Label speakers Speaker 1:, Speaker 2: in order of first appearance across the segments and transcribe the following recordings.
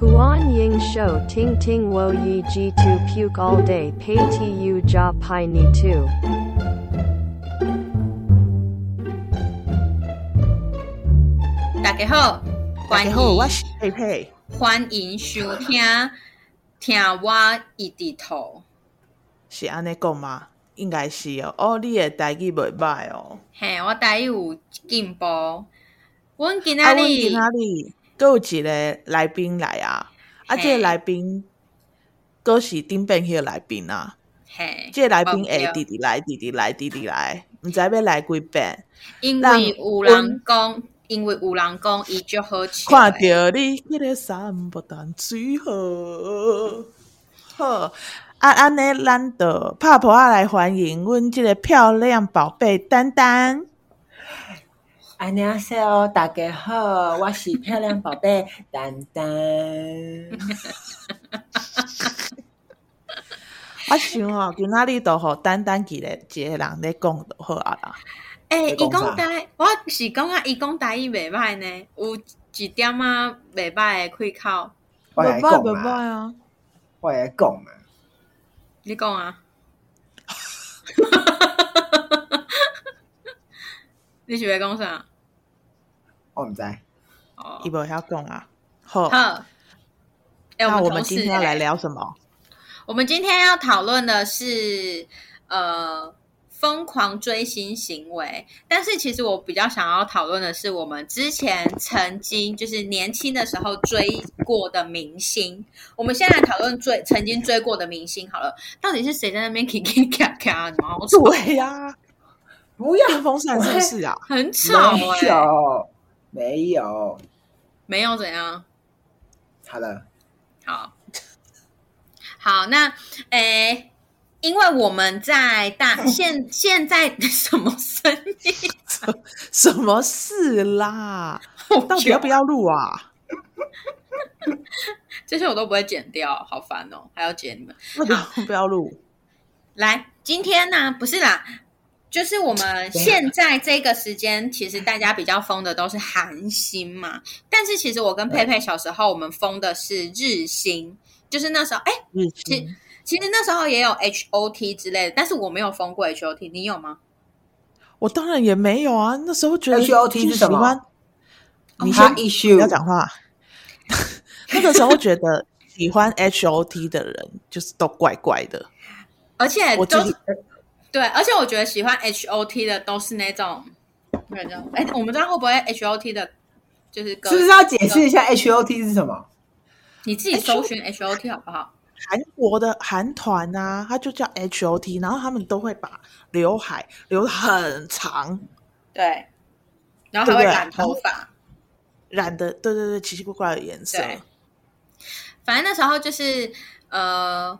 Speaker 1: Yin Show Ting Ting Wo Yi Ji Tu Puke All Day Pei Ti Yu Ja Pai Ni Tu.
Speaker 2: 大家好，
Speaker 3: 大
Speaker 2: 欢
Speaker 3: 家
Speaker 2: 迎
Speaker 3: 好，我是佩佩。
Speaker 2: 欢迎收听听我一直头，
Speaker 3: 是安尼讲吗？应该是哦。哦，你的代志袂歹哦。
Speaker 2: 嘿，我台语有进步。阮今
Speaker 3: 啊，
Speaker 2: 仔
Speaker 3: 阮今
Speaker 2: 日
Speaker 3: 仔日阁有一个来宾来啊。啊，
Speaker 2: 嘿
Speaker 3: 即个来宾阁是顶边迄个来宾啊。
Speaker 2: 嘿，
Speaker 3: 即个来宾
Speaker 2: 无毋对
Speaker 3: 会直直来，直直来，直直来，毋知要来几遍。
Speaker 2: 因
Speaker 3: 咱
Speaker 2: 为有人讲，因为有人讲伊足好笑
Speaker 3: 看
Speaker 2: 的。
Speaker 3: 着你迄个三不淡水河。好，啊，安尼咱就拍破啊来欢迎阮即个漂亮宝贝丹丹。
Speaker 4: 安尼说哦，大家好，我是漂亮宝贝丹 丹。
Speaker 3: 我想哦，今仔日都互单单一个一个人咧讲就好啊啦。
Speaker 2: 诶，
Speaker 4: 你
Speaker 2: 伊
Speaker 4: 讲
Speaker 2: 讲
Speaker 4: 啥
Speaker 2: 台，我是讲啊，伊讲台语袂歹呢，有一点仔袂歹的开口。
Speaker 4: 我来讲嘛，
Speaker 3: 啊！
Speaker 4: 我来讲嘛，
Speaker 2: 你讲啊？ 你是要讲啥？
Speaker 4: 我毋知。
Speaker 2: 哦
Speaker 3: 伊，无晓讲啊。好，
Speaker 2: 好。诶，
Speaker 3: 那
Speaker 2: 我
Speaker 3: 我
Speaker 2: 们
Speaker 3: 们
Speaker 2: 同
Speaker 3: 今
Speaker 2: 事
Speaker 3: 天要来
Speaker 2: 欸
Speaker 3: 聊什么？
Speaker 2: 我们今天要讨论的是呃疯狂追星行为，但是其实我比较想要讨论的是我们之前曾经就是年轻的时候追过的明星。我们现在来讨论追曾经追过的明星好了，到底是谁在那边 k k k k 你们好吵，
Speaker 3: 对呀，
Speaker 4: 不要，
Speaker 3: 电风扇是不是啊？
Speaker 2: 很吵
Speaker 4: 没
Speaker 2: 哎、
Speaker 4: 有，没有。
Speaker 2: 没有怎样。
Speaker 4: 好了，
Speaker 2: 好，好，那诶，因为我们在大现现在什么声 音？
Speaker 3: 什么事啦？
Speaker 2: 我
Speaker 3: 到底要不要录 啊？
Speaker 2: 这些我都不会剪掉，好烦哦，还要剪你们。
Speaker 3: 到底要不要录？
Speaker 2: 来，今天呢、不是啦，就是我们现在这个时间，其实大家比较疯的都是韩星嘛，但是其实我跟佩佩小时候，我们疯的是日星，就是那时候，哎，
Speaker 3: 日
Speaker 2: 其
Speaker 3: 期
Speaker 2: 其实那时候也有 HOT 之类的，但是我没有疯过 HOT，你有吗？
Speaker 3: 我当然也没有啊。那时候觉得
Speaker 4: HOT
Speaker 3: 就是嗯喜
Speaker 4: 什么
Speaker 3: 欢，哦你
Speaker 4: 他
Speaker 3: 先不
Speaker 4: issue
Speaker 3: 要讲话。 那个时候觉得喜欢 HOT 的人就是都怪怪的。
Speaker 2: 而且
Speaker 3: 我
Speaker 2: 哎都
Speaker 3: 自己
Speaker 2: 对，而且我觉得喜欢 HOT 的都是那种，那种，哎，我们这样会不会 HOT 的，就是歌
Speaker 4: 是不是啊哎要解释一下 HOT 是什么？
Speaker 2: 你自己搜寻 HOT 好不好？
Speaker 3: 韩国的韩团啊，它就叫 H O T，然后他们都会把刘海留得很长，
Speaker 2: 对，然后还会染头发。
Speaker 3: 染的对对对奇奇怪怪的颜色。
Speaker 2: 对反正那时候就是呃，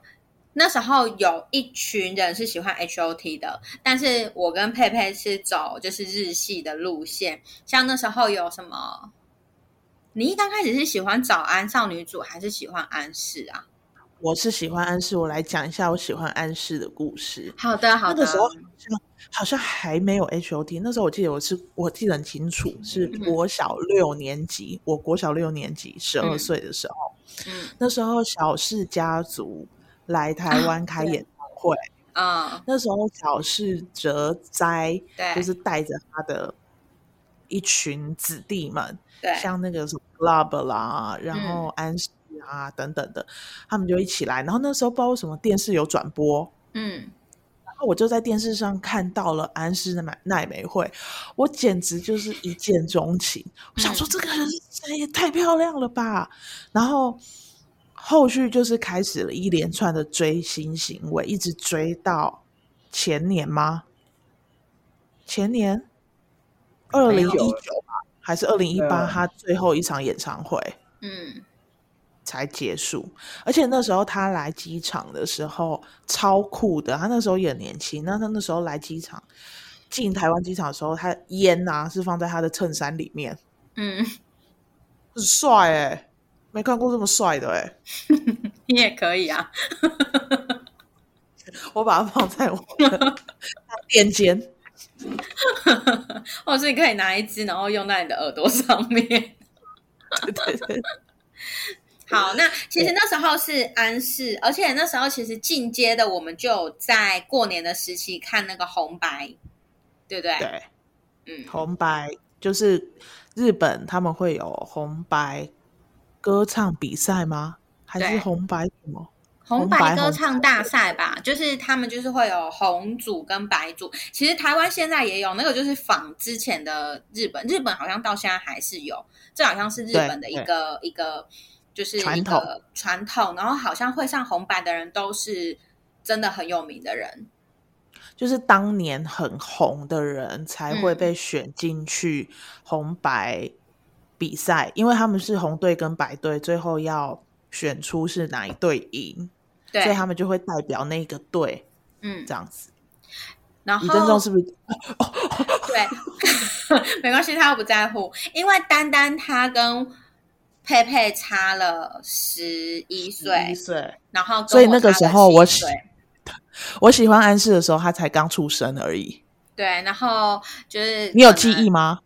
Speaker 2: 那时候有一群人是喜欢 HOT 的，但是我跟佩佩是走就是日系的路线，像那时候有什么。你一刚开始是喜欢早安少女组，还是喜欢安室啊？
Speaker 3: 我是喜欢安室，我来讲一下我喜欢安室的故事。
Speaker 2: 好的，好
Speaker 3: 那
Speaker 2: 的
Speaker 3: 个。时候好像好像还没有 H O T，那时候我记得我是我记得很清楚，是
Speaker 2: 嗯
Speaker 3: 国小六年级，我国小六年级十二
Speaker 2: 嗯
Speaker 3: 岁的时候，
Speaker 2: 嗯
Speaker 3: 那时候小氏家族来台湾开
Speaker 4: 对
Speaker 3: 演唱会，
Speaker 2: 嗯，
Speaker 3: 那时候小氏哲哉。
Speaker 2: 对，
Speaker 3: 就是带着他的一群子弟们，
Speaker 2: 对，嗯
Speaker 3: 像那个什么 Club 啦，啊然后安室啊、等等的，他们就一起来。然后那时候不知道为什么电视有转播，
Speaker 2: 嗯，
Speaker 3: 然后我就在电视上看到了安室的奈奈美惠，我简直就是一见钟情。我想说这个人是谁也太漂亮了吧！然后后续就是开始了一连串的追星行为，一直追到前年吗？前年二零一
Speaker 4: 2019
Speaker 3: 九吧，还是二零一八？
Speaker 4: 嗯
Speaker 3: 他最后一场演唱会。
Speaker 2: 嗯，
Speaker 3: 才结束。而且那时候他来机场的时候超酷的，他那时候也年轻。那他那时候来机场，进台湾机场的时候，他的烟啊是放在他的衬衫里面，
Speaker 2: 嗯，
Speaker 3: 很帅哎、没看过这么帅的哎、
Speaker 2: 你也可以啊。
Speaker 3: 我把它放在我 的垫肩。
Speaker 2: 或者是你可以拿一支，然后用在你的耳朵上面。
Speaker 3: 嗯对对对，
Speaker 2: 好，那其实那时候是安室，而且那时候其实进阶的，我们就有在过年的时期看那个红白，对不对？
Speaker 3: 对，
Speaker 2: 嗯，
Speaker 3: 红白就是日本他们会有红白歌唱比赛吗？还
Speaker 2: 对
Speaker 3: 是红白什么？
Speaker 2: 红
Speaker 3: 红白
Speaker 2: 白歌
Speaker 3: 红
Speaker 2: 唱大赛吧，就是他们就是会有红组跟白组。其实台湾现在也有那个，就是仿之前的日本，日本好像到现在还是有，这好像是日
Speaker 3: 对
Speaker 2: 本的一
Speaker 3: 对
Speaker 2: 个一个就是一
Speaker 3: 传
Speaker 2: 个
Speaker 3: 统
Speaker 2: 传统。然后好像会上红白的人都是真的很有名的人，
Speaker 3: 就是当年很红的人才会
Speaker 2: 嗯
Speaker 3: 被选进去红白比赛，因为他们是红队跟白队，最后要选出是哪一队赢，
Speaker 2: 对
Speaker 3: 所以，他们就会代表那个队
Speaker 2: 嗯，
Speaker 3: 这样子。
Speaker 2: 然
Speaker 3: 李正
Speaker 2: 后
Speaker 3: 中是不是？
Speaker 2: 对，没关系，他又不在乎，因为丹丹他跟佩佩差了十一岁
Speaker 3: 11，岁，
Speaker 2: 然后跟
Speaker 3: 所以
Speaker 2: 我
Speaker 3: 那个
Speaker 2: 差
Speaker 3: 时
Speaker 2: 了
Speaker 3: 候我
Speaker 2: 7
Speaker 3: 喜
Speaker 2: 岁
Speaker 3: 我喜欢安室的时候，他才刚出生而已。
Speaker 2: 对，然后就是
Speaker 3: 你有
Speaker 2: 可
Speaker 3: 记
Speaker 2: 能
Speaker 3: 忆吗？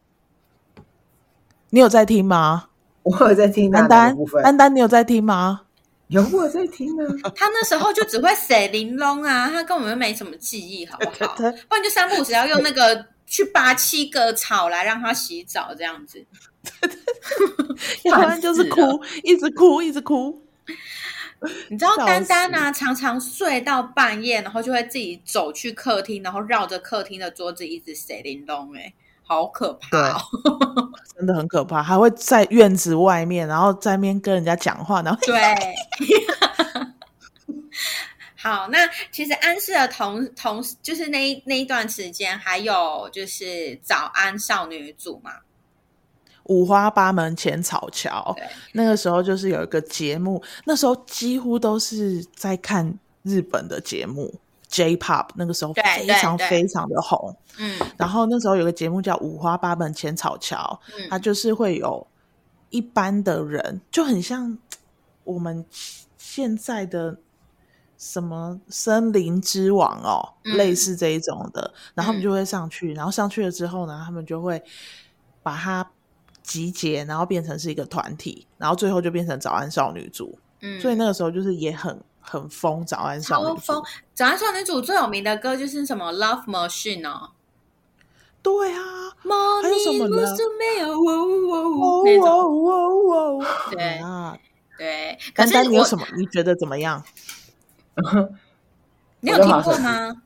Speaker 3: 你有在听吗？
Speaker 4: 我有在听
Speaker 3: 丹
Speaker 4: 丹
Speaker 3: 丹
Speaker 4: 丹部，分，
Speaker 3: 丹丹，你有在听吗？
Speaker 4: 有我在听啊，
Speaker 2: 他那时候就只会写玲珑啊，他根本就没什么记忆，好不 好？
Speaker 3: 他
Speaker 2: 不然就三不五时要用那个去拔七个草来让他洗澡，这样子。
Speaker 3: 要不然就是
Speaker 2: 烦死了
Speaker 3: 哭，一直哭，一直哭。
Speaker 2: 你知道
Speaker 3: 笑
Speaker 2: 丹丹啊，常常睡到半夜，然后就会自己走去客厅，然后绕着客厅的桌子一直写玲珑，哎，好可怕、哦！
Speaker 3: 真的很可怕，还会在院子外面，然后在那边跟人家讲话，然 后
Speaker 2: 对。好，那其实安室的同同就是那一那一段时间，还有就是早安少女组嘛，
Speaker 3: 五花八门前草桥
Speaker 2: 对。
Speaker 3: 那个时候就是有一个节目，那时候几乎都是在看日本的节目，J-pop 那个时候
Speaker 2: 对
Speaker 3: 非
Speaker 2: 对
Speaker 3: 常
Speaker 2: 对
Speaker 3: 非常的红。
Speaker 2: 嗯
Speaker 3: 然后那时候有个节目叫《五花八门浅草桥》，它
Speaker 2: 嗯，
Speaker 3: 就是会有一般的人，就很像我们现在的什么森林之王哦，
Speaker 2: 嗯
Speaker 3: 类似这一种的。然后他们
Speaker 2: 嗯
Speaker 3: 就会上去，然后上去了之后呢，他们就会把它集结，然后变成是一个团体，然后最后就变成早安少女组。
Speaker 2: 嗯
Speaker 3: 所以那个时候就是也很很疯早安少
Speaker 2: 超
Speaker 3: 女组
Speaker 2: 疯。。早安少女组最有名的歌就是什么《Love Machine》哦，
Speaker 3: 对啊，
Speaker 2: 还
Speaker 3: 有什么呢
Speaker 2: 没有哦哦
Speaker 3: 哦
Speaker 2: 那种。
Speaker 3: 哦哦哦，
Speaker 2: 对
Speaker 3: 啊。
Speaker 2: 对，可
Speaker 3: 丹
Speaker 2: 是
Speaker 3: 丹，你有
Speaker 2: 我
Speaker 3: 什么？你觉得怎么 样？
Speaker 2: 你
Speaker 4: 我
Speaker 2: 有
Speaker 4: 就
Speaker 2: 听
Speaker 4: 好
Speaker 2: 过
Speaker 4: 想
Speaker 2: 吗？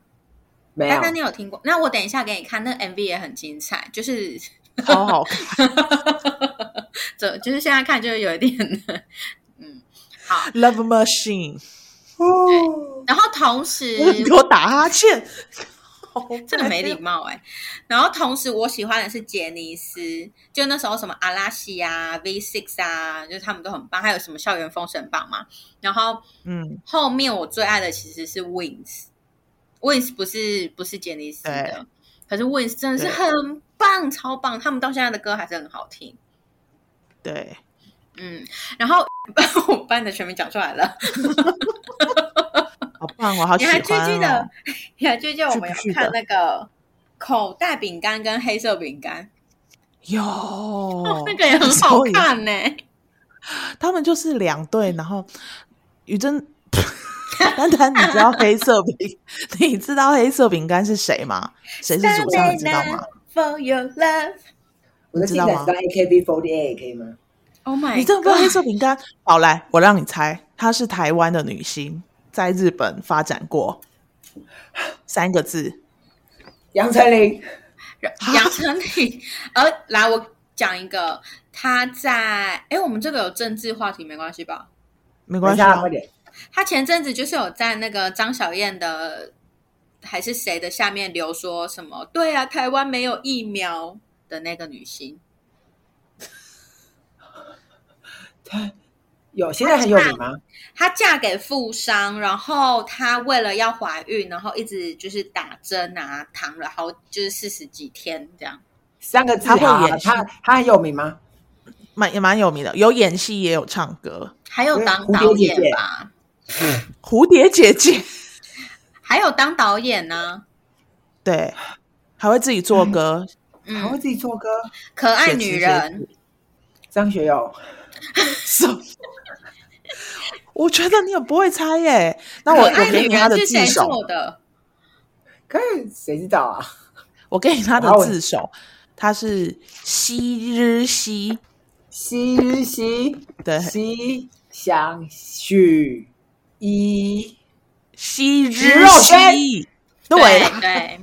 Speaker 4: 没有
Speaker 2: 丹丹，你有听过？那我等一下给你看，那 MV 也很精彩，就是
Speaker 3: 超好看。
Speaker 2: 这就是现在看就有一点， 嗯，好。
Speaker 3: Love Machine，
Speaker 4: 哦，
Speaker 2: 然后同时，
Speaker 3: 你给我打哈欠，
Speaker 2: 呃 真的没礼貌哎、然后同时，我喜欢的是杰尼斯，就那时候什么阿拉西啊、V Six 啊，就是他们都很棒。还有什么校园封神榜嘛。然后
Speaker 3: 嗯，
Speaker 2: 后面我最爱的其实是 Wings，Wings 不是不是杰尼斯的，可是 Wings 真的是
Speaker 3: 对
Speaker 2: 很棒，超棒。他们到现在的歌还是很好听。
Speaker 3: 对，
Speaker 2: 嗯，然后 我把你的全名讲出来了，
Speaker 3: 好棒，我好喜
Speaker 2: 你
Speaker 3: 欢、
Speaker 2: 还
Speaker 3: 哦。
Speaker 2: 记不记得？你还记不记得我们
Speaker 3: 记不
Speaker 2: 有
Speaker 3: 记
Speaker 2: 看
Speaker 3: 得
Speaker 2: 那个口袋饼干跟黑色饼干？
Speaker 3: 有、
Speaker 2: 那个也很好看呢、
Speaker 3: 他们就是两对，然后于真。 丹丹，你知道黑色饼？ 你知道黑色饼干是谁吗？谁是主唱？你知道吗？
Speaker 2: ？For your love,
Speaker 4: 我在听的是 AKB48，可以吗？
Speaker 2: oh my！
Speaker 3: 你真的不知道黑色饼干？好，来，我让你猜，她是台湾的女星，在日本发展过，三个字。
Speaker 4: 杨丞琳，
Speaker 3: 啊
Speaker 2: God 杨丞琳，呃，来我讲一个，他在哎，我们这个有政治话题没关系吧？
Speaker 3: 没
Speaker 4: 等
Speaker 3: 关
Speaker 4: 一
Speaker 3: 系
Speaker 4: 下，
Speaker 3: 啊，
Speaker 4: 快点，
Speaker 2: 他前阵子就是有在那个张小燕的还是谁的下面留说什么？对啊，台湾没有疫苗的那个女星，
Speaker 4: 他有现在很有名吗？
Speaker 2: 她嫁给富商，然后她为了要怀孕，然后一直就是打针啊，躺了好就是四十几天这样。
Speaker 4: 三个字，
Speaker 3: 他会
Speaker 4: 好好
Speaker 3: 演戏
Speaker 4: 他他很有名吗？
Speaker 3: 蛮也蛮有名的，有演戏也有唱歌。
Speaker 2: 还有当
Speaker 4: 蝴蝶
Speaker 2: 导
Speaker 4: 姐
Speaker 2: 演
Speaker 4: 姐
Speaker 2: 吧，
Speaker 3: 蝴蝶姐姐，
Speaker 2: 还有当导演呢、
Speaker 3: 对，还会自己 做歌。
Speaker 4: 还会
Speaker 2: 嗯，
Speaker 4: 自己做歌？
Speaker 2: 可爱
Speaker 3: 写
Speaker 2: 女
Speaker 3: 词
Speaker 2: 人，
Speaker 4: 张学友，
Speaker 3: 什么我觉得你很不会猜耶。那
Speaker 2: 可
Speaker 3: 我我
Speaker 2: 爱
Speaker 3: 给
Speaker 2: 女
Speaker 3: 你他
Speaker 2: 人
Speaker 3: 的
Speaker 2: 是
Speaker 3: 自
Speaker 2: 谁
Speaker 3: 首，
Speaker 2: 做 的？
Speaker 4: 可是谁知道啊？
Speaker 3: 我给你他的
Speaker 4: 哇我
Speaker 3: 自首，他是昔日夕，
Speaker 4: 西日西
Speaker 3: 对
Speaker 4: 西相许一，
Speaker 3: 昔
Speaker 4: 徐
Speaker 3: 日
Speaker 4: 若
Speaker 3: 夕，对啦
Speaker 2: 对。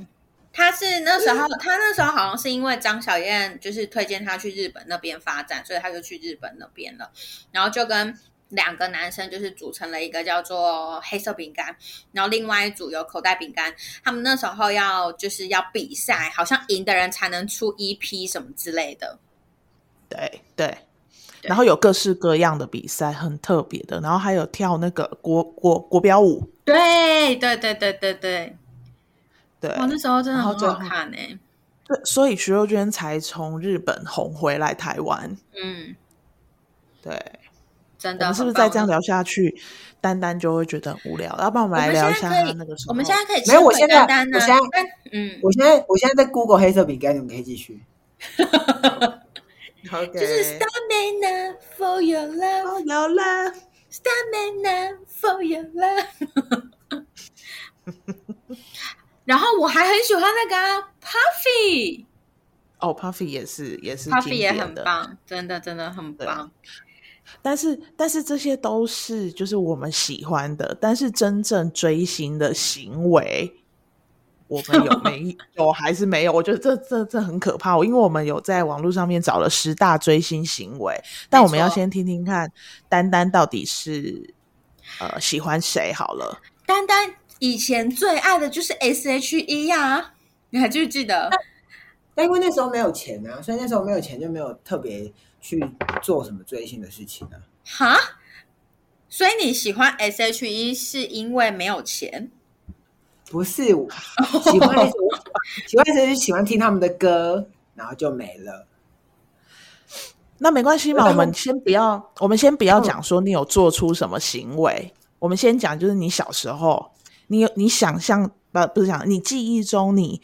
Speaker 2: 他是那时候，他那时候好像是因为张小燕就是推荐他去日本那边发展，所以他就去日本那边了。然后就跟两个男生就是组成了一个叫做黑色饼干，然后另外一组有口袋饼干。他们那时候要就是要比赛，好像赢的人才能出 EP 什么之类的。
Speaker 3: 对对，
Speaker 2: 对
Speaker 3: 然后有各式各样的比赛，很特别的，然后还有跳那个国国国标舞，
Speaker 2: 对对对对对对，
Speaker 3: 对，
Speaker 2: 哇，哦那时候真的
Speaker 3: 然后
Speaker 2: 很
Speaker 3: 最
Speaker 2: 好
Speaker 3: 后
Speaker 2: 看欸呢、
Speaker 3: 对所以徐若瑄才从日本红回来台湾。
Speaker 2: 嗯，
Speaker 3: 对，
Speaker 2: 真
Speaker 3: 我
Speaker 2: 的。
Speaker 3: 们是不
Speaker 2: 很
Speaker 3: 是
Speaker 2: 棒
Speaker 3: 再这样
Speaker 2: 的？
Speaker 3: 聊下去，丹丹就会觉得很无聊？要不然我
Speaker 2: 我
Speaker 3: 们来
Speaker 2: 们
Speaker 3: 聊一
Speaker 2: 现
Speaker 3: 下
Speaker 2: 在可
Speaker 3: 她
Speaker 2: 以
Speaker 3: 那个时候。
Speaker 2: 我们现在可以
Speaker 4: 没有我现在
Speaker 2: 单单呢、
Speaker 4: 我现在
Speaker 2: 啊但嗯，
Speaker 4: 我现在我现在在 Google 黑色饼干，你们可以继续。
Speaker 3: 在
Speaker 2: 就是 Starman now for your love,
Speaker 3: 好聊啦。
Speaker 2: Starman now for your love 。 然后我还很喜欢那个、啊、Puffy。
Speaker 3: 哦，Puffy 也是也是
Speaker 2: Puffy
Speaker 3: 经
Speaker 2: 也
Speaker 3: 典
Speaker 2: 很
Speaker 3: 的，
Speaker 2: 棒，真的真的很
Speaker 3: 对
Speaker 2: 棒。
Speaker 3: 但是但是这些都是就是我们喜欢的，但是真正追星的行为，我们有没有还是没有？我觉得这这这很可怕哦，因为我们有在网络上面找了十大追星行为，但我们要
Speaker 2: 错
Speaker 3: 先听听看丹丹到底是呃喜欢谁好了。
Speaker 2: 丹丹以前最爱的就是 S.H.E 呀、啊，你还记不记得？
Speaker 4: 但因为那时候没有钱啊，所以那时候没有钱就没有特别去做什么追星的事情啊。
Speaker 2: 哈，所以你喜欢 S.H.E 是因为没有钱？
Speaker 4: 不是我喜欢那首， 喜欢谁就喜欢听他们的歌，然后就没了。
Speaker 3: 那没关系嘛，
Speaker 4: 对
Speaker 3: 我们
Speaker 4: 但
Speaker 3: 先不要，我们先不要
Speaker 4: 嗯
Speaker 3: 讲说你有做出什么行为，我们先讲就是你小时候，你有你想象不不是想你记忆中你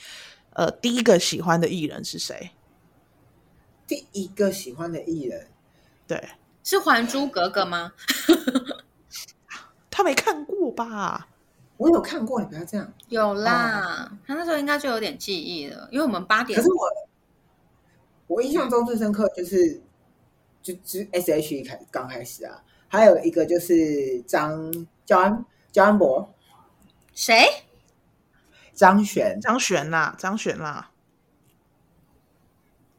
Speaker 3: 呃第一个喜欢的艺人是谁？
Speaker 4: 第一个喜欢的艺人，
Speaker 3: 对
Speaker 2: 是《还珠格格》吗？
Speaker 3: 他没看过吧？
Speaker 4: 我有看过，你不要这样。
Speaker 2: 有啦，哦他那时候应该就有点记忆了，因为我们八点
Speaker 4: 可是我，我印象中最深刻就是，就就 S H E 开刚开始啊，还有一个就是张焦安焦安博
Speaker 2: 谁？
Speaker 4: 张悬，
Speaker 3: 张悬啦，张悬啦，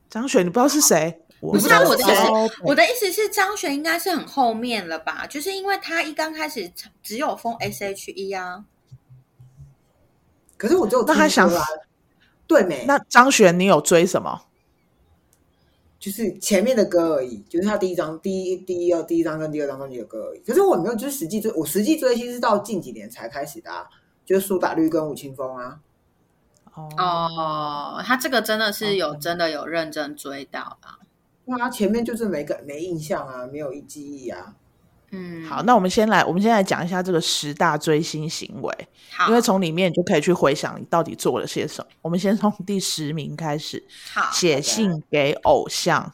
Speaker 3: 张悬，你不知道是谁？我
Speaker 2: 不是啊我的意思
Speaker 3: 超
Speaker 2: 我的意思是，张悬应该是很后面了吧？就是因为他一刚开始只有封 S.H.E 啊，
Speaker 4: 可是我只有
Speaker 3: 那他
Speaker 4: 听歌啊，对没？
Speaker 3: 那张悬，你有追什么？
Speaker 4: 就是前面的歌而已，就是他第一张、第一、第一二、第一张跟第二张专辑的歌而已。可是我没有，就是实际追，我实际追星是到近几年才开始的、啊，就是苏打绿跟吴青峰啊。
Speaker 3: 哦，
Speaker 2: 哦，他这个真的是有真的有认真追到啊啦。
Speaker 4: 那他啊前面就是没个没印象啊，没有记忆啊。
Speaker 2: 嗯，
Speaker 3: 好，那我们先来，我们先来讲一下这个十大追星行为。
Speaker 2: 好，
Speaker 3: 因为从里面你就可以去回想你到底做了些什么。我们先从第十名开始，
Speaker 2: 好
Speaker 3: 写信给偶像。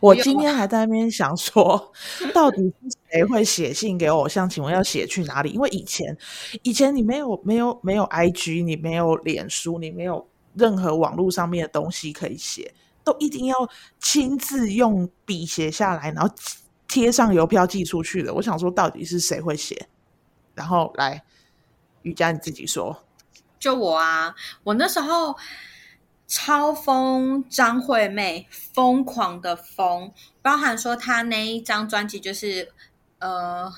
Speaker 3: 我今天还在那边想说， 到底是谁会写信给偶像？请问要写去哪里？因为以前，以前你没有没有没有 IG，你没有脸书，你没有任何网络上面的东西可以写，都一定要亲自用笔写下来，然后贴上邮票寄出去的。我想说，到底是谁会写？然后来，瑜伽你自己说，
Speaker 2: 就我啊，我那时候超疯张惠妹，疯狂的疯，包含说她那一张专辑就是呃，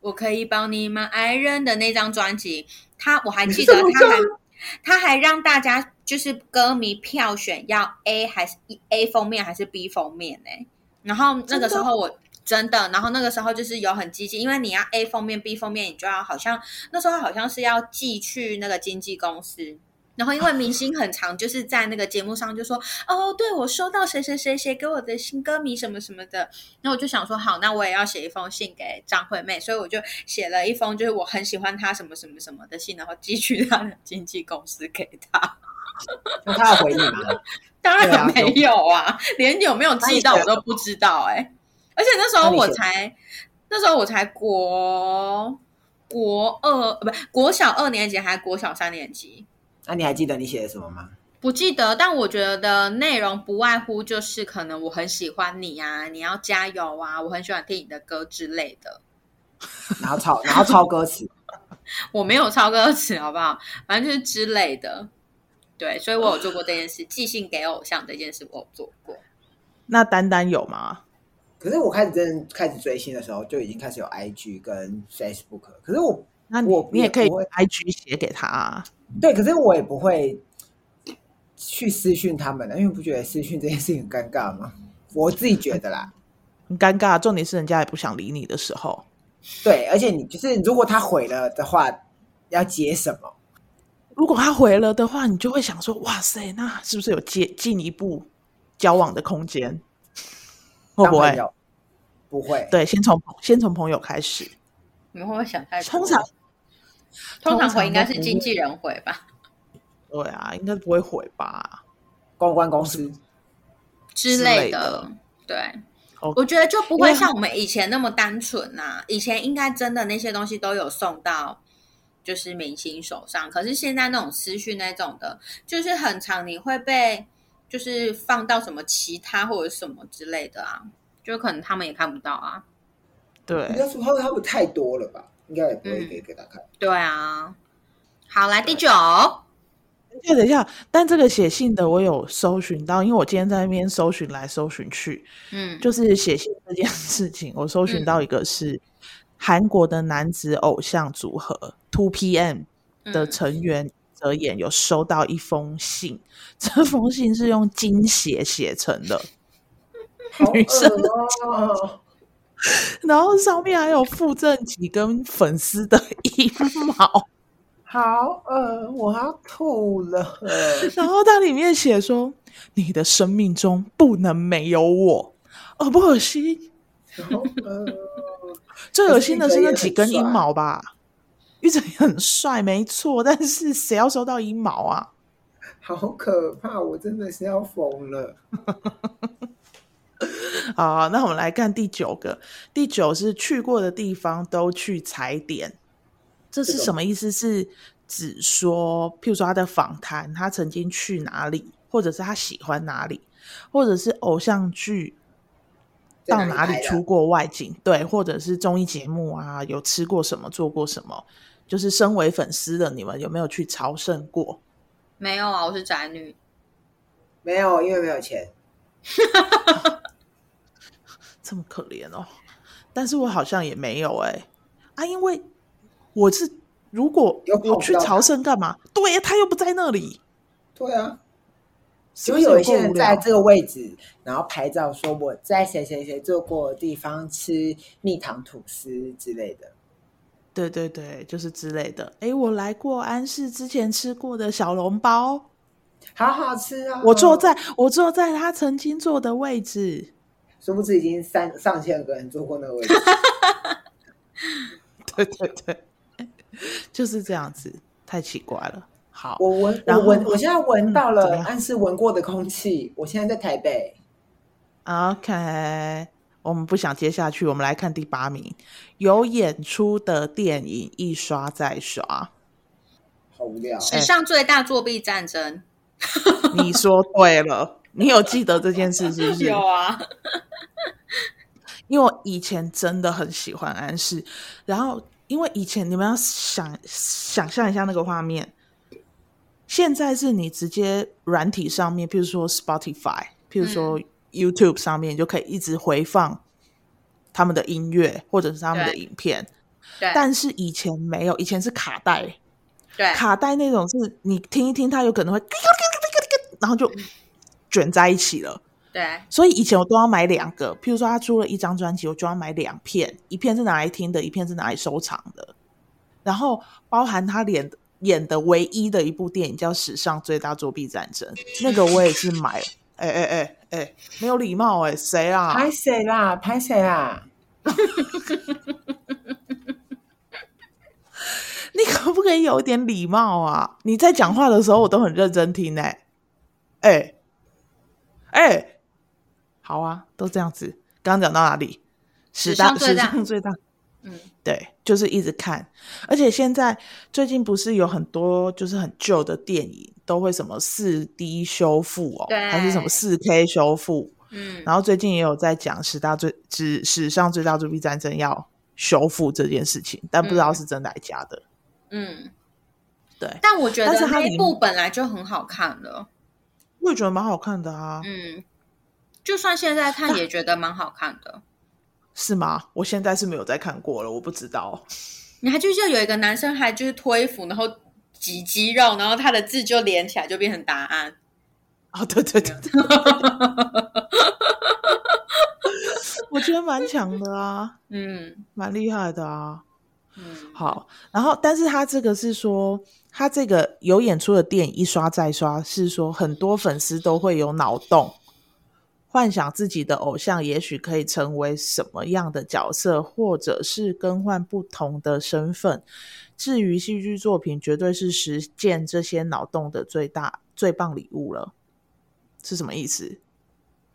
Speaker 2: 我可以帮你吗，爱人的那张专辑，她我还记得
Speaker 4: 你
Speaker 2: 她
Speaker 4: 是怎么
Speaker 2: 还她还让大家就是歌迷票选要 A 还是 A 封面还是 B 封面呢、然后那个时候我真的，然后那个时候就是有很激进，因为你要 A 封面、B 封面，你就要好像那时候好像是要寄去那个经纪公司。然后，因为明星很常就是在那个节目上就说，哦，对我收到谁谁谁谁给我的新歌迷什么什么的，那我就想说，好，那我也要写一封信给张惠妹，所以我就写了一封就是我很喜欢她什么什么什么的信，然后寄去她的经纪公司给她。
Speaker 4: 那他要回你吗？
Speaker 2: 当
Speaker 3: 对啊
Speaker 2: 然没有啊，连有没有寄到我都不知道哎、而且那时候
Speaker 4: 那你
Speaker 2: 我
Speaker 4: 写
Speaker 2: 才，那时候我才国国二，呃不国小二年级还国小三年级，
Speaker 4: 那啊你还记得你写的什么吗？
Speaker 2: 不记得。但我觉得内容不外乎就是可能我很喜欢你啊，你要加油啊，我很喜欢听你的歌之类的。
Speaker 4: 然后抄，然后抄歌词，
Speaker 2: 我没有抄歌词，好不好？反正就是之类的。对，所以我有做过这件事，寄信给偶像这件事我有做过。
Speaker 3: 那丹丹有吗？
Speaker 4: 可是我开始真的开始追星的时候，就已经开始有 IG 跟 Facebook 了。可是我
Speaker 3: 那你
Speaker 4: 我
Speaker 3: 你也可以
Speaker 4: 不会
Speaker 3: IG 写给他、啊。
Speaker 4: 对，可是我也不会去私讯他们的，因为我不觉得私讯这件事情很尴尬吗？我自己觉得啦。
Speaker 3: 很尴尬，重点是人家也不想理你的时候。
Speaker 4: 对，而且你就是如果他毁了的话，要接什么？
Speaker 3: 如果他回了的话，你就会想说：哇塞，那是不是有接进一步交往的空间？会
Speaker 4: 当
Speaker 3: 不
Speaker 4: 朋
Speaker 3: 会？
Speaker 4: 友？不会。
Speaker 3: 对，先从先从朋友开始。
Speaker 2: 你们会不会想太多？
Speaker 3: 通常
Speaker 2: 通常
Speaker 3: 通常
Speaker 2: 回应该
Speaker 3: 都
Speaker 2: 是
Speaker 3: 不
Speaker 2: 经
Speaker 3: 会
Speaker 2: 纪人回吧
Speaker 3: 对啊，应该不会回吧？
Speaker 4: 公关公司
Speaker 2: 之
Speaker 3: 之
Speaker 2: 类
Speaker 3: 类
Speaker 2: 的
Speaker 3: 的。
Speaker 2: 对，
Speaker 3: 哦
Speaker 2: 我觉得就不
Speaker 3: 因为
Speaker 2: 会
Speaker 3: 他
Speaker 2: 像我们以前那么单纯呐、啊以前应该真的那些东西都有送到就是明星手上，可是现在那种私讯那种的，就是很长，你会被就是放到什么其他或者什么之类的啊，就可能他们也看不到啊。
Speaker 4: 应
Speaker 3: 对，
Speaker 4: 该说他们他们太多了吧？应该也不会给给他看。
Speaker 2: 对啊，好，来第九，
Speaker 3: 等一下，但这个写信的我有搜寻到，因为我今天在那边搜寻来搜寻去，
Speaker 2: 嗯，
Speaker 3: 就是写信这件事情，我搜寻到一个是韩国的男子偶像组合 Two PM 的
Speaker 2: 嗯
Speaker 3: 成员泽演有收到一封信，这封信是用金写写成的，
Speaker 4: 好
Speaker 3: 女生
Speaker 4: 恶哦，
Speaker 3: 然后上面还有附赠几根粉丝的 衣毛，
Speaker 4: 好恶，我要吐了。
Speaker 3: 然后它里面写说：“你的生命中不能没有我。”恶不恶心？
Speaker 4: 好恶
Speaker 3: 最恶心的是那几根
Speaker 4: 可是玉泽也
Speaker 3: 阴
Speaker 4: 很帅
Speaker 3: 毛吧。玉泽也很帅，没错，但是谁要收到阴毛啊？
Speaker 4: 好可怕！我真的是要疯了。
Speaker 3: 好，那我们来看第九个。第九是去过的地方都去踩点，这是
Speaker 4: 这个
Speaker 3: 什么意思？是指说，譬如说他的访谈，他曾经去哪里，或者是他喜欢哪里，或者是偶像剧
Speaker 4: 在
Speaker 3: 到
Speaker 4: 哪
Speaker 3: 哪
Speaker 4: 里拍啊
Speaker 3: 里
Speaker 4: 的
Speaker 3: 出过外景，对，或者是综艺节目啊，有吃过什么，做过什么。就是身为粉丝的你们，有没有去朝圣过？
Speaker 2: 没有啊，我是宅
Speaker 3: 哎
Speaker 2: 女，
Speaker 4: 没有，因为没有钱。
Speaker 3: 这么可怜哦。但是我好像也没有哎、啊，因为我是如果
Speaker 4: 又碰不到
Speaker 3: 我去朝圣干嘛？对，他又不在那里，
Speaker 4: 对啊，
Speaker 3: 是
Speaker 4: 就
Speaker 3: 不是
Speaker 4: 有一
Speaker 3: 够
Speaker 4: 些人
Speaker 3: 无聊
Speaker 4: 在这个位置，然后拍照说我在谁谁谁坐过的地方吃蜜糖吐司之类的。
Speaker 3: 对对对，就是之类的。哎，我来过安室之前吃过的小笼包，
Speaker 4: 好好吃啊！
Speaker 3: 我坐，在我坐在他曾经坐的位置。
Speaker 4: 殊不知已经三上千个人坐过那个 位置。
Speaker 3: 对对对， 就是这样子，太奇怪了。好，
Speaker 4: 我闻，
Speaker 3: 然
Speaker 4: 我
Speaker 3: 后
Speaker 4: 闻，我现在闻到
Speaker 3: 嗯怎么
Speaker 4: 了
Speaker 3: 样
Speaker 4: 暗示闻过的空气。我现在在台北，
Speaker 3: OK，我们不想接下去，我们来看第八名，有演出的电影一刷 再刷。
Speaker 4: 好无聊。
Speaker 2: 史上最大作弊战争。
Speaker 3: 你说对了，你有记得这件事是不是？
Speaker 2: 有啊，
Speaker 3: 因为我以前真的很喜欢安室，然后因为以前你们要想想象一下那个画面，现在是你直接软体上面，譬如说 Spotify，譬如说
Speaker 2: 嗯
Speaker 3: YouTube 上面，你就可以一直回放他们的音乐或者是他们的
Speaker 2: 对
Speaker 3: 影片，
Speaker 2: 对
Speaker 3: 但是以前没有，以前是卡带，
Speaker 2: 对，
Speaker 3: 卡带那种是你听一听，它有可能会然后就卷在一起了。
Speaker 2: 对，
Speaker 3: 所以以前我都要买两个，譬如说他出了一张专辑，我就要买两片，一片是拿来听的，一片是拿来收藏的。然后包含他演演的唯一的一部电影叫《史上最大作弊战争》，那个我也是买了。哎哎哎哎，没有礼貌哎、谁啊？
Speaker 4: 拍谁啦？拍谁啊啦？
Speaker 3: 你可不可以有一点礼貌啊？你在讲话的时候，我都很认真听哎、哎哎，好啊，都这样子。刚刚讲到哪里？史
Speaker 2: 史
Speaker 3: 大
Speaker 2: 上最大
Speaker 3: 上最大，
Speaker 2: 嗯，
Speaker 3: 对，就是一直看。而且现在最近不是有很多就是很旧的电影都会什么四 D 修复哦，
Speaker 2: 对
Speaker 3: 还是什么四 K 修复，
Speaker 2: 嗯，
Speaker 3: 然后最近也有在讲十大最史史上最大铸币战争要修复这件事情，但不知道
Speaker 2: 嗯
Speaker 3: 是真的还假的。
Speaker 2: 嗯，
Speaker 3: 对，
Speaker 2: 但我觉
Speaker 3: 但是
Speaker 2: 得
Speaker 3: 它
Speaker 2: 那
Speaker 3: 里
Speaker 2: 一部本来就很好看了，
Speaker 3: 我也觉得蛮好看的啊，
Speaker 2: 嗯，就算现在看也觉得蛮好看的。
Speaker 3: 是吗？我现在是没有再看过了，我不知道。
Speaker 2: 你还记得有一个男生还就是脱衣服，然后挤肌肉，然后他的字就连起来就变成答案。
Speaker 3: 哦，对对对，对我觉得蛮强的啊，
Speaker 2: 嗯
Speaker 3: 蛮厉害的啊。
Speaker 2: 嗯，
Speaker 3: 好，然后但是他这个是说，他这个有演出的电影一刷再刷，是说很多粉丝都会有脑洞，幻想自己的偶像也许可以成为什么样的角色，或者是更换不同的身份。至于戏剧作品，绝对是实践这些脑洞的最大最棒礼物了。是什么意思？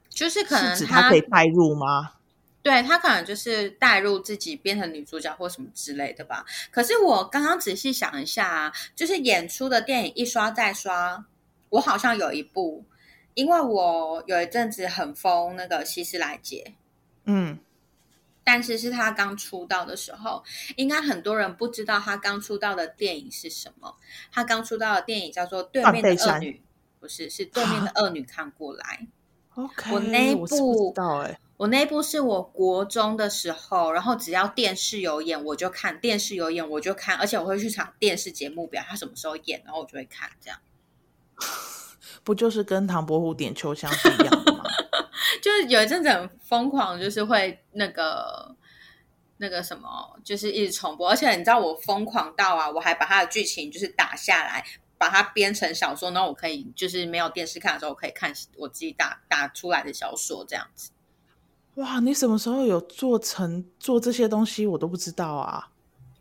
Speaker 2: 就是可
Speaker 3: 是
Speaker 2: 能
Speaker 3: 指
Speaker 2: 他
Speaker 3: 他可以代入吗？
Speaker 2: 对他可能就是带入自己变成女主角或什么之类的吧。可是我刚刚仔细想一下、啊，就是演出的电影一刷再刷，我好像有一部，因为我有一阵子很疯那个希斯莱杰，
Speaker 3: 嗯，
Speaker 2: 但是是他刚出道的时候，应该很多人不知道他刚出道的电影是什么。他刚出道的电影叫做《对面
Speaker 3: 断背
Speaker 2: 的
Speaker 3: 山
Speaker 2: 恶女》，不是，是《对面的恶女看过来》。
Speaker 3: OK，
Speaker 2: 我那一
Speaker 3: 是不
Speaker 2: 部
Speaker 3: 知道哎、
Speaker 2: 我那一部是我国中的时候，然后只要电视有演我就看，电视有演我就看，而且我会去查电视节目表，它什么时候演，然后我就会看。这样
Speaker 3: 不就是跟唐伯虎点秋香是一样 的吗？
Speaker 2: 就是有一阵子很疯狂，就是会那个那个什么，就是一直重播，而且你知道我疯狂到啊，我还把它的剧情就是打下来，把它编成小说，然后我可以就是没有电视看的时候，我可以看我自己打打出来的小说这样子。
Speaker 3: 哇，你什么时候有做成做这些东西，我都不知道啊！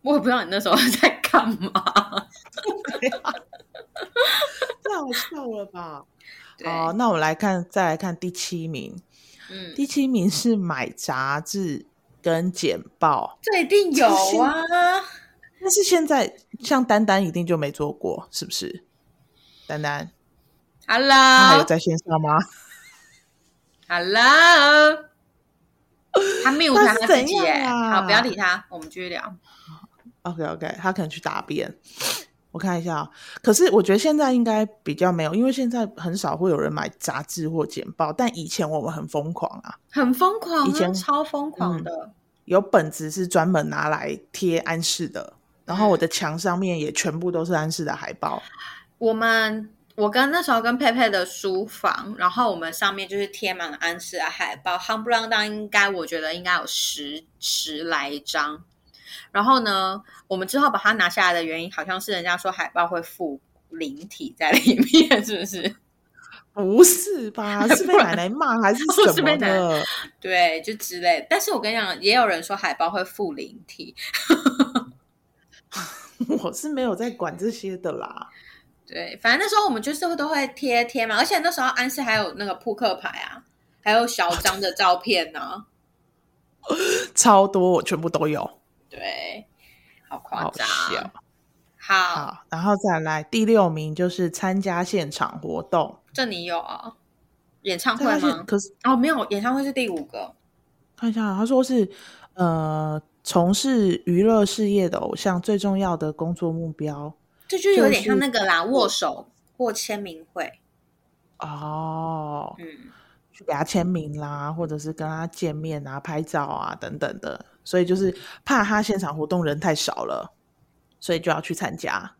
Speaker 2: 我也不知道你那时候 在干嘛。
Speaker 3: 太好笑了吧？
Speaker 2: 对，
Speaker 3: 好，那我们来看，再来看第七名，
Speaker 2: 嗯，
Speaker 3: 第七名是买杂志跟简报，
Speaker 2: 这一定有啊。
Speaker 3: 但是现在像丹丹一定就没做过，是不是？丹丹，她还啊有
Speaker 2: Hello，Hello，
Speaker 3: 在线上吗？
Speaker 2: 他 mute
Speaker 3: 那
Speaker 2: 他
Speaker 3: 是
Speaker 2: 自己
Speaker 3: 怎
Speaker 2: 耶、
Speaker 3: 样啊
Speaker 2: 好，不要理他，我们继续聊。
Speaker 3: OK OK，他可能去大便。 我看一下、啊，可是我觉得现在应该比较没有，因为现在很少会有人买杂志或简报，但以前我们很疯狂啊，
Speaker 2: 很疯狂、啊，
Speaker 3: 以前嗯
Speaker 2: 超疯狂的，
Speaker 3: 有本子是专门拿来贴安室的，然后我的墙上面也全部都是安室的海报。
Speaker 2: 我们。我跟那时候跟佩佩的书房，然后我们上面就是贴满了安室的海报，夯不啷当，应该我觉得应该有十十来张。然后呢，我们之后把它拿下来的原因，好像是人家说海报会附灵体在里面，是不是？
Speaker 3: 不是吧？ 是被
Speaker 2: 不然
Speaker 3: 奶奶骂还是
Speaker 2: 不
Speaker 3: 什
Speaker 2: 是
Speaker 3: 么
Speaker 2: 被奶奶
Speaker 3: 的？
Speaker 2: 对，就之类。但是我跟你讲，也有人说海报会附灵体，
Speaker 3: 我是没有在管这些的啦。
Speaker 2: 对，反正那时候我们就是会都会贴贴嘛，而且那时候安室还有那个扑克牌啊，还有小张的照片呢、
Speaker 3: 超多，我全部都有，
Speaker 2: 对，好夸
Speaker 3: 好
Speaker 2: 张，
Speaker 3: 笑。
Speaker 2: 好
Speaker 3: 好，然后再来第六名就是参加现场活动，
Speaker 2: 这你有啊、演唱会
Speaker 3: 参加现
Speaker 2: 吗？
Speaker 3: 可是
Speaker 2: 哦，没有，演唱会是第五个，
Speaker 3: 看一下啊，他说是呃，从事娱乐事业的偶像最重要的工作目标
Speaker 2: 这就有点
Speaker 3: 就是
Speaker 2: 像那个啦，握手或签名会，
Speaker 3: 哦，
Speaker 2: 嗯，
Speaker 3: 去给他签名啦，或者是跟他见面啊、拍照啊等等的，所以就是怕他现场活动人太少了，所以就要去参加。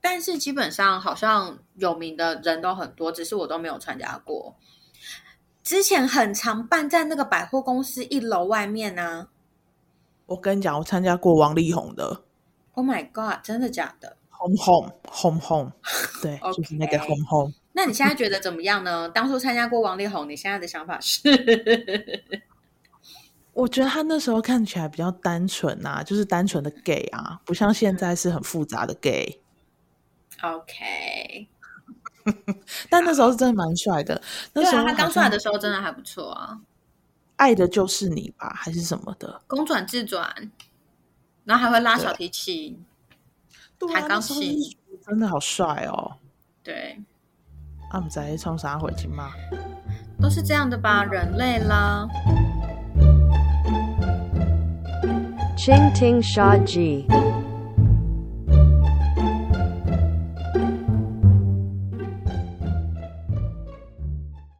Speaker 2: 但是基本上好像有名的人都很多，只是我都没有参加过。之前很常办在那个百货公司一楼外面啊呢、
Speaker 3: 我跟你讲，我参加过王力宏的
Speaker 2: Oh my god！真的假的？
Speaker 3: Home Home Home Home，对就是那个
Speaker 2: OK
Speaker 3: Home Home。
Speaker 2: 那你现在觉得怎么样呢？ 当初参加过王力宏，你现在的想法是？
Speaker 3: 我觉得他那时候看起来比较单纯啊，就是单纯的 gay 啊，不像现在是很复杂的 gay。
Speaker 2: OK，
Speaker 3: 啊但那时候是真的蛮帅的，那
Speaker 2: 对
Speaker 3: 时
Speaker 2: 啊，
Speaker 3: 候
Speaker 2: 他
Speaker 3: 好
Speaker 2: 刚出来
Speaker 3: 像
Speaker 2: 的时候真的还不错啊。
Speaker 3: 爱的就是你》吧，还是什么的？
Speaker 2: 公转自转，然后还会拉小提琴，
Speaker 3: 对啊
Speaker 2: 弹钢
Speaker 3: 那时候就
Speaker 2: 琴
Speaker 3: 觉得真的好帅哦！
Speaker 2: 对，
Speaker 3: 阿姆仔冲啥回去嘛？
Speaker 2: 都是这样的吧，人类啦。
Speaker 1: Ching Ting Sha Ji.